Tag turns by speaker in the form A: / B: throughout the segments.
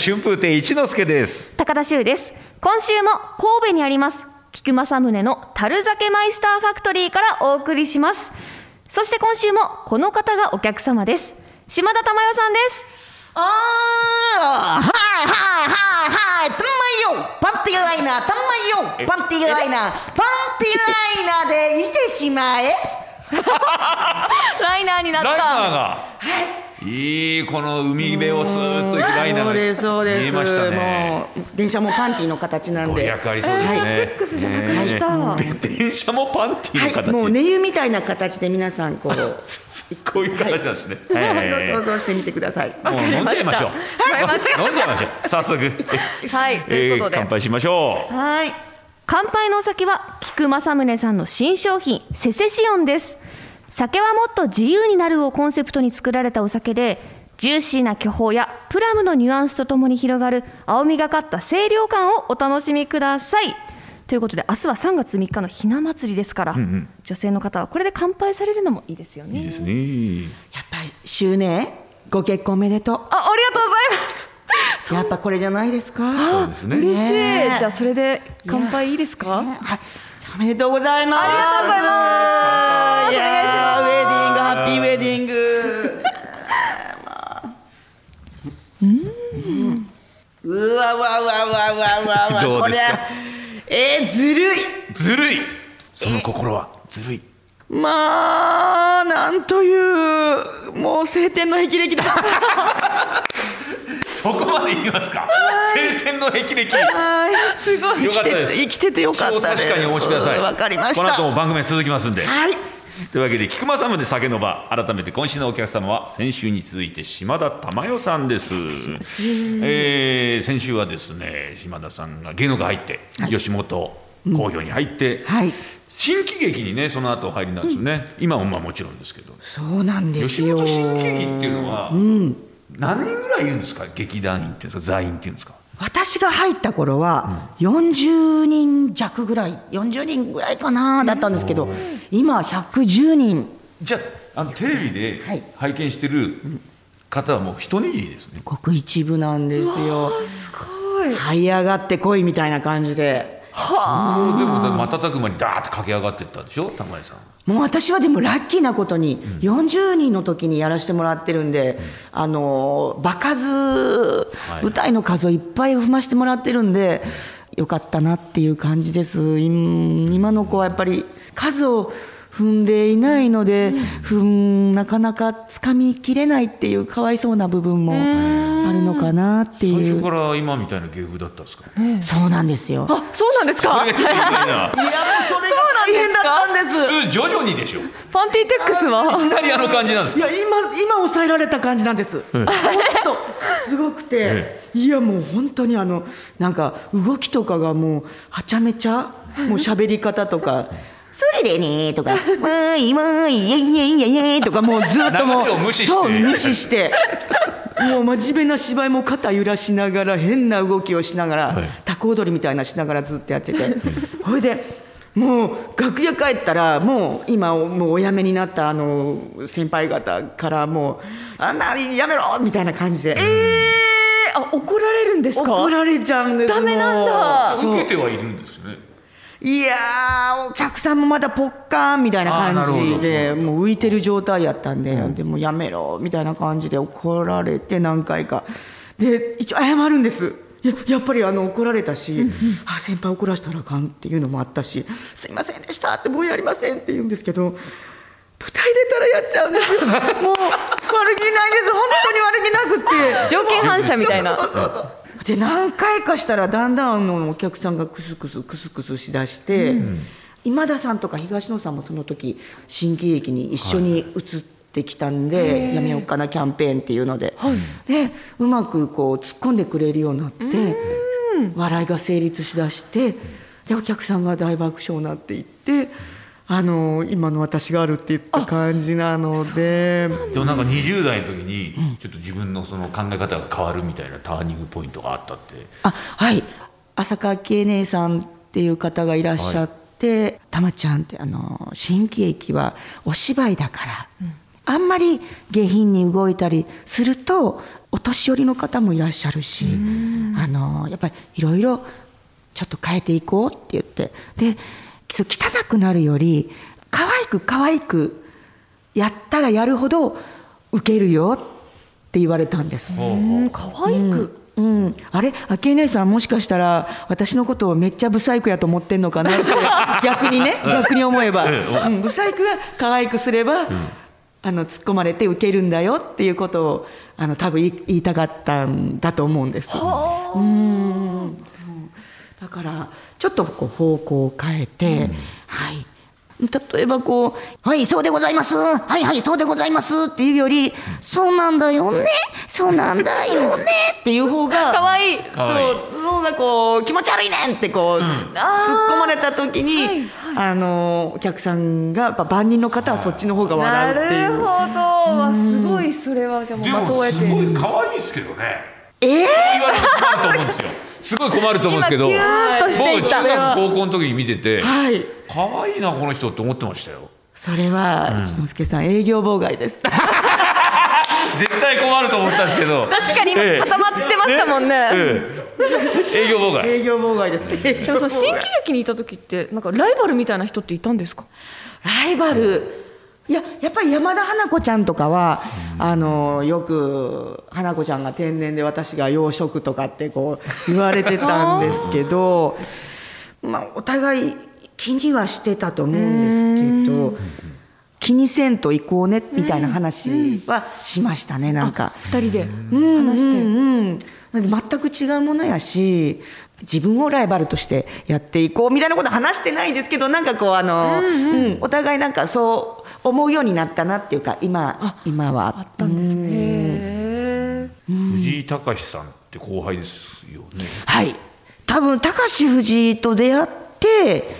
A: 春風亭一之輔です
B: 高田修です今週も神戸にあります菊正宗の樽酒マイスターファクトリーからお送りしますそして今週もこの方がお客様です島田珠代さんです
C: あーはいはいはいはいたまよパンティーライナーたまよパンティーライナーパンティーライナーで伊勢島へ
B: ライナーになっ
A: ライナー
B: た
A: がいいこの海辺をスーッと行くライナー
C: そ
A: が
C: う
A: 見
C: ですそうで
A: え
C: す
A: ましたね
C: もう電車もパンティーの形なん
A: ご利
C: で
A: 益ありそうですね、
B: えーテックスじゃなくなった
A: ねえで電車もパンティーの
C: は
A: 形、
C: い、もう寝湯みたいな形で皆さん こう
A: こういう形なんですね、
C: はい
A: はい
C: 想像してみてください。
A: もう飲んじゃいましょう
B: わかりました
A: 飲んじゃいましょう早速
B: はいということで
A: 乾杯しましょう
C: はい。
B: 乾杯のお酒は菊正宗さんの新商品セセシオンです酒はもっと自由になるをコンセプトに作られたお酒でジューシーな巨峰やプラムのニュアンスとともに広がる青みがかった清涼感をお楽しみくださいということで明日は3月3日のひな祭りですから、女性の方はこれで乾杯されるのもいいですよね
A: いいですね
C: やっぱり周年ご結婚おめでと
B: あありがとうございます
C: う。やっぱこれじゃないですか。
A: そうですね
B: 嬉しい、
C: ねえ
B: じゃあそれで乾杯いいですか、
C: はい。じゃあおめでとうございます。
B: ありがとうございます
C: いやーウェディングハッピーウェディング。うわうわうわうわうわうわ
A: どうですか
C: こりゃえー、ずるい
A: ずるいその心はずるい
C: まあなんというもう晴天の霹靂だ
A: そこまで言いますか晴天の霹靂
C: はいすごい
A: よか
C: 生
A: った
C: きて
A: で
C: て
A: す
C: 生きててよか
A: そ
C: っ
A: う
C: たです
A: 確かにお待ちください
C: わかりました
A: この後も番組は続きますんで
C: はい
A: というわけで菊間さんで酒の場改めて今週のお客様は先週に続いて島田珠代さんですえー先週はですね島田さんが芸能界入って、吉本興業に入って、
C: はい
A: 新喜劇にねその後お入りなんですよね、今もまあもちろんですけど
C: そうなんです
A: 吉
C: よ
A: 本新喜劇っていうのは、何人ぐらいいるんですか劇団員っていうんですか座員っていうんですか
C: 私が入った頃は40人弱ぐらい40人ぐらいかなだったんですけど今110人
A: じゃああのテレビで
C: はい
A: 拝見してる方はもう一握りですね
C: ごく一部なんですよ
B: すごい
C: 這い上がってこいみたいな感じで
A: もうでも瞬く間にダーッと駆け上がっていったんでしょ玉井さん
C: もう私はでもラッキーなことに40人の時にやらせてもらってるんで、あの場
A: い
C: 数舞台の数をいっぱい踏ましてもらってるんでよかったなっていう感じです今今の子はやっぱり数を踏んでいないので、踏んなかなかつかみきれないっていうかわいそうな部分もあるのかなって
A: 最
C: い
A: 初
C: う
A: から今みたいな芸風だったんですか
C: そうなんですよ
B: あそうなんですか
A: それがちょっと意外な
C: いやそれが大変だったんです
A: 普通徐々にでしょい
B: パンティーテックスは
A: きなりあの感じなんです
C: い
A: か
C: や今今抑えられた感じなんです。本当すごくて、
A: え
C: いやもう本当にあのなんか動きとかがもうはちゃめちゃもう喋り方とか。それでねーとか、わーいわーい、いやいやいやいやいやとか、もうずっとも
A: 流れを
C: う、
A: 無視して
C: そう、無視して、もう真面目な芝居も肩揺らしながら、変な動きをしながら、
A: はい
C: タコ踊りみたいなしながらずっとやってて、ほいで、もう楽屋帰ったら、もう今、もうお辞めになったあの先輩方から、もう、あんなにやめろみたいな感じで、
B: えーあ怒られるんですか
C: 怒られちゃうんです
B: ダメなん
C: も
B: だ
C: う
A: 受けてはいるんですよね
C: いやー、お客さんもまだぽっかーんみたいな
A: あー
C: 感
A: なる
C: じ
A: ほど
C: で、もう浮いてる状態やったんで、でもやめろみたいな感じで怒られて、何回か、で一応謝るんです。いややっぱりあの怒られたし、あ先輩怒らせたらあかんっていうのもあったし、すいませんでしたって、もうやりませんって言うんですけど、舞台出たらやっちゃうんですよ、もう悪気ないんです、本当に悪気なくって。
B: 条件反射みたいな
C: で何回かしたらだんだんあのお客さんがクスクスクスクスしだして、今田さんとか東野さんもその時新喜劇に一緒に移ってきたんで、やめようかなキャンペーンっていうので、でうまくこう突っ込んでくれるようになって、笑いが成立しだしてでお客さんが大爆笑になっていって。あの今の私があるって言った感じなので
A: でもなんか20代の時にちょっと自分のその考え方が変わるみたいなターニングポイントがあったって
C: あはい浅川恵姉さんっていう方がいらっしゃって「たまちゃん」ってあの新喜劇はお芝居だから、あんまり下品に動いたりするとお年寄りの方もいらっしゃるし、あのやっぱりいろいろちょっと変えていこうって言ってでそう汚くなるより可愛く可愛くやったらやるほど受けるよって言われたんです。
A: ほう
B: う
A: ほうん
B: 可愛く、
C: うん、あれ、あき姉さん、もしかしたら私のことをめっちゃブサイクやと思ってんのかなって、逆にね、逆に思えば、
A: う
C: うん、ブサイクが可愛くすれば、あの突っ込まれて受けるんだよっていうことを、あの多分言い言いたかったんだと思うんです。
B: はあ
C: うんだからちょっとこう方向を変えて、はい例えばこう「はいそうでございますはいはいそうでございます」っていうより「そうなんだよねそうなんだよね」っていう方が
B: 可愛い
A: かわいい
C: そうそうだこう気持ち悪いねんってこう、突っ込まれた時に、あのお客さんがやっぱ万人の方はそっちの方が笑う
B: な
C: ってい
B: るほ
C: う
B: ど。わすごいそれはじゃあもう
A: で
B: まと
A: も
B: え
A: す
B: て
A: ごい可愛いですけどね
C: えー
A: 言われて困ると思うんですよすごい困ると思うんですけど
B: 今キューンとしてい
A: 僕
B: った
A: 中学高校の時に見てて
C: はい
A: 可愛いなこの人って思ってましたよ
C: それは篠介さん営業妨害 です
A: 絶対困ると思ったんですけど
B: 確かに今
A: ええ
B: 固まってましたもんね、
A: ええ営業妨害
C: 営業妨害です営
B: で
C: 業
B: もその
C: 妨
B: 新
C: 害
B: 喜劇にいた時ってなんかライバルみたいな人っていたんですか
C: ライバルいややっぱり山田花子ちゃんとかは、あのよく花子ちゃんが天然で私が養殖とかってこう言われてたんですけ どまあお互い気にはしてたと思うんですけど気にせんと行こうねみたいな話はしましたねなんか。
B: 二人で
C: うん
B: 話して、
C: うんうん、全く違うものやし自分をライバルとしてやっていこうみたいなこと話してないんですけどなんかこうあの、うんお互いなんかそう思うようになったなっていうか今今は
B: あったんですね
C: うん
B: へ
A: 藤井隆さんって後輩ですよね
C: はい多分高志藤井と出会って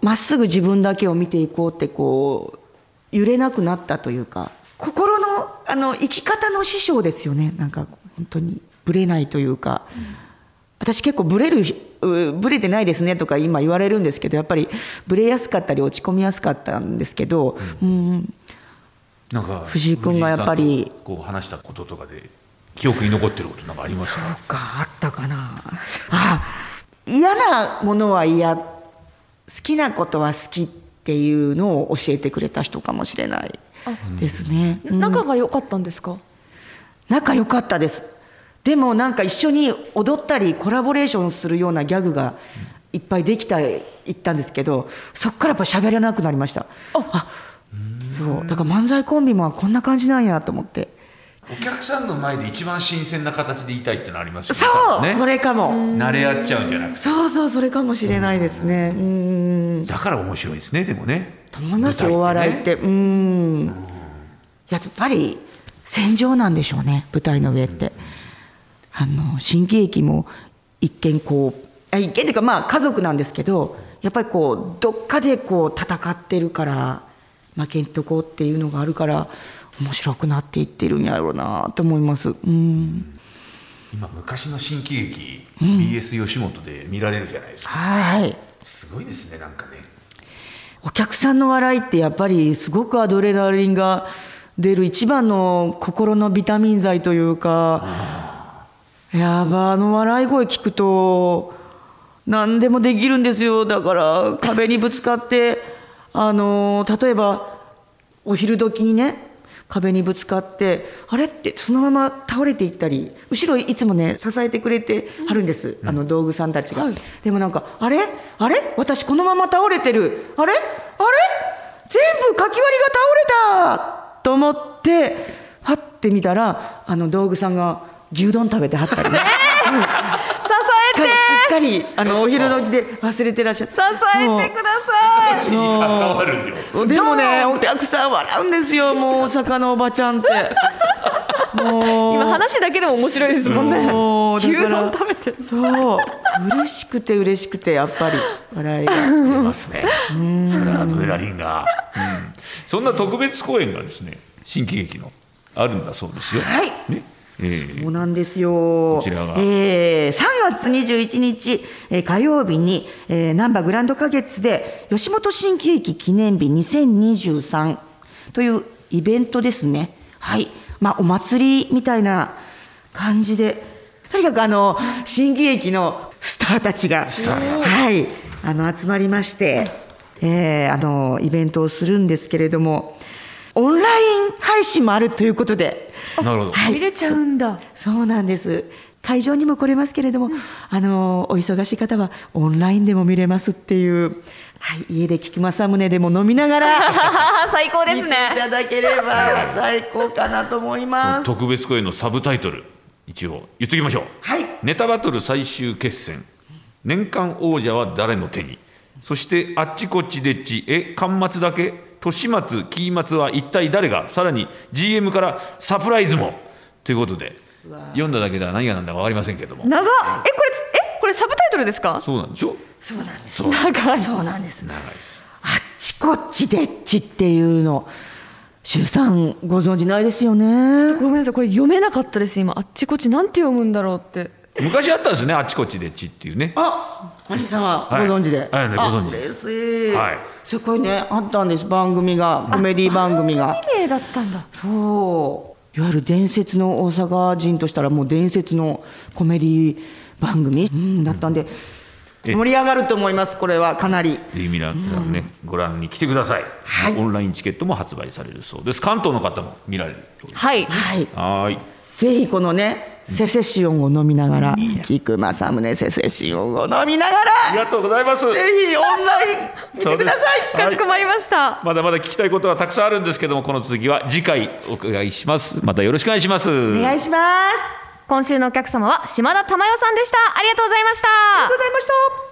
C: まっすぐ自分だけを見ていこうってこう揺れなくなったというか心のあの生き方の師匠ですよねなんか本当にぶれないというか、私結構ぶれるうぶれてないですねとか今言われるんですけどやっぱりぶれやすかったり落ち込みやすかったんですけど、うん、
A: なんか
C: 藤井君がやっぱり
A: 藤井さんとこう話したこととかで記憶に残ってることなんかありますか
C: なんかあったかなあ嫌なものは嫌好きなことは好きっていうのを教えてくれた人かもしれないですね、
B: え
C: うん
B: 仲が良かったんですか
C: 仲良かったですでもなんか一緒に踊ったりコラボレーションするようなギャグがいっぱいできたいったんですけどそっからやっぱ喋れなくなりましたあそうだから漫才コンビもこんな感じなんやと思って
A: お客さんの前で一番新鮮な形でいたいってのありますよね
C: そう、
A: ね
C: それかも
A: 慣れ合っちゃうんじゃなくて
C: そうそうそれかもしれないですねうん
A: だから面白いですねでもね
C: 友達お笑いって,、うーんやっぱり戦場なんでしょうね舞台の上って、あの新喜劇も一見こうあ一見というかまあ家族なんですけどやっぱりこうどっかでこう戦ってるから負けんとこうっていうのがあるから面白くなっていってるんやろうなと思いますうん
A: 今昔の新喜劇 BS 吉本で見られるじゃないですか、
C: はい
A: すごいですねなんかね
C: お客さんの笑いってやっぱりすごくアドレナリンが出る一番の心のビタミン剤というかやばあの笑い声聞くと何でもできるんですよだから壁にぶつかってあの例えばお昼時にね壁にぶつかってあれってそのまま倒れていったり後ろいつもね支えてくれてはるんです、あの道具さんたちが、
B: はい
C: でもなんかあれあれ私このまま倒れてるあれあれ全部かき割りが倒れたと思ってはってみたらあの道具さんが牛丼食べてはったり ね、うんす
B: 支えて
C: っかりすっかりあのお昼時で忘れてらっしゃって
B: 支えてください
A: 地に関わるよ
C: でもね、お客さん笑うんですよ、もう大阪のおばちゃんって。 もう
B: 今話だけでも面白いですもんね
C: もうだ
B: 牛
C: から
B: 丼食べてる
C: そう、嬉しくて嬉しくて、やっぱり 笑いが。
A: 出ますねそれはアドレナリンが、うん、そんな特別公演がですね新喜劇のあるんだそうですよ
C: はい
A: ねええ
C: そうなんですよ。
A: ちらが
C: えー3月21日、えー火曜日に、えー、ナンバーグランド花月で、吉本新喜劇記念日2023というイベントですねはいまあお祭りみたいな感じでとにかくあの新喜劇のスターたちが
A: ター
C: はいあの集まりまして、えーあのイベントをするんですけれどもオンライン配信もあるということで
A: なるほど
B: 入れちゃうんだ。
C: そうなんです会場にも来れますけれども、あのお忙しい方はオンラインでも見れますっていう、はい、家で菊正宗でも飲みながら
B: 最高 で
C: 見
B: す
C: てい
B: ね。
C: ただければ最高かなと思います。
A: 特別公演のサブタイトル一応言っときましょう、
C: はい
A: ネタバトル最終決戦年間王者は誰の手にそしてあっちこっちでっちえ巻末だけ年末期末は一体誰がさらに GM からサプライズもということで読んだだけでは何が何だか分かりませんけれども
B: 長っえこれえこれサブタイトルですか？
A: そうなんでしょ
C: そうなんです
A: そう
B: 長い。
C: そうなんです
A: 長いです
C: あっちこっちでっちっていうの周さんご存知ないですよね
B: ごめんなさいこれ読めなかったです今あっちこっちなんて読むんだろうって。
A: 昔あったんですねあっちこっちでっちっていうね
C: あマリさんはご
A: はい
C: 存知で、
A: はいはいご存知
C: あ
A: です
C: 嬉しい、
A: はい
C: すごいねあったんです番組がコメディ番組が
B: 綺麗だったんだ。
C: そういわゆる伝説の大阪人としたらもう伝説のコメディ番組、うん、だったんで
A: え
C: 盛り上がると思いますこれはかなり
A: ぜひ皆さんね、ご覧に来てください、
C: はい
A: オンラインチケットも発売されるそうです関東の方も見られるそうです
B: はい。
C: はい
A: はーい
C: ぜひこのねセセシオンを飲みながら菊正宗セセシオンを飲みなが
A: あり
C: ら
A: がとうございます。
C: ぜひオンライン見てください
A: はい
B: かしこまりました。
A: まだまだ聞きたいことはたくさんあるんですけども、この続きは次回お伺いします。またよろしくお願いします。
C: お願いします
B: 今週のお客様は島田珠代さんでした。ありがとうございました
C: ありがとうございました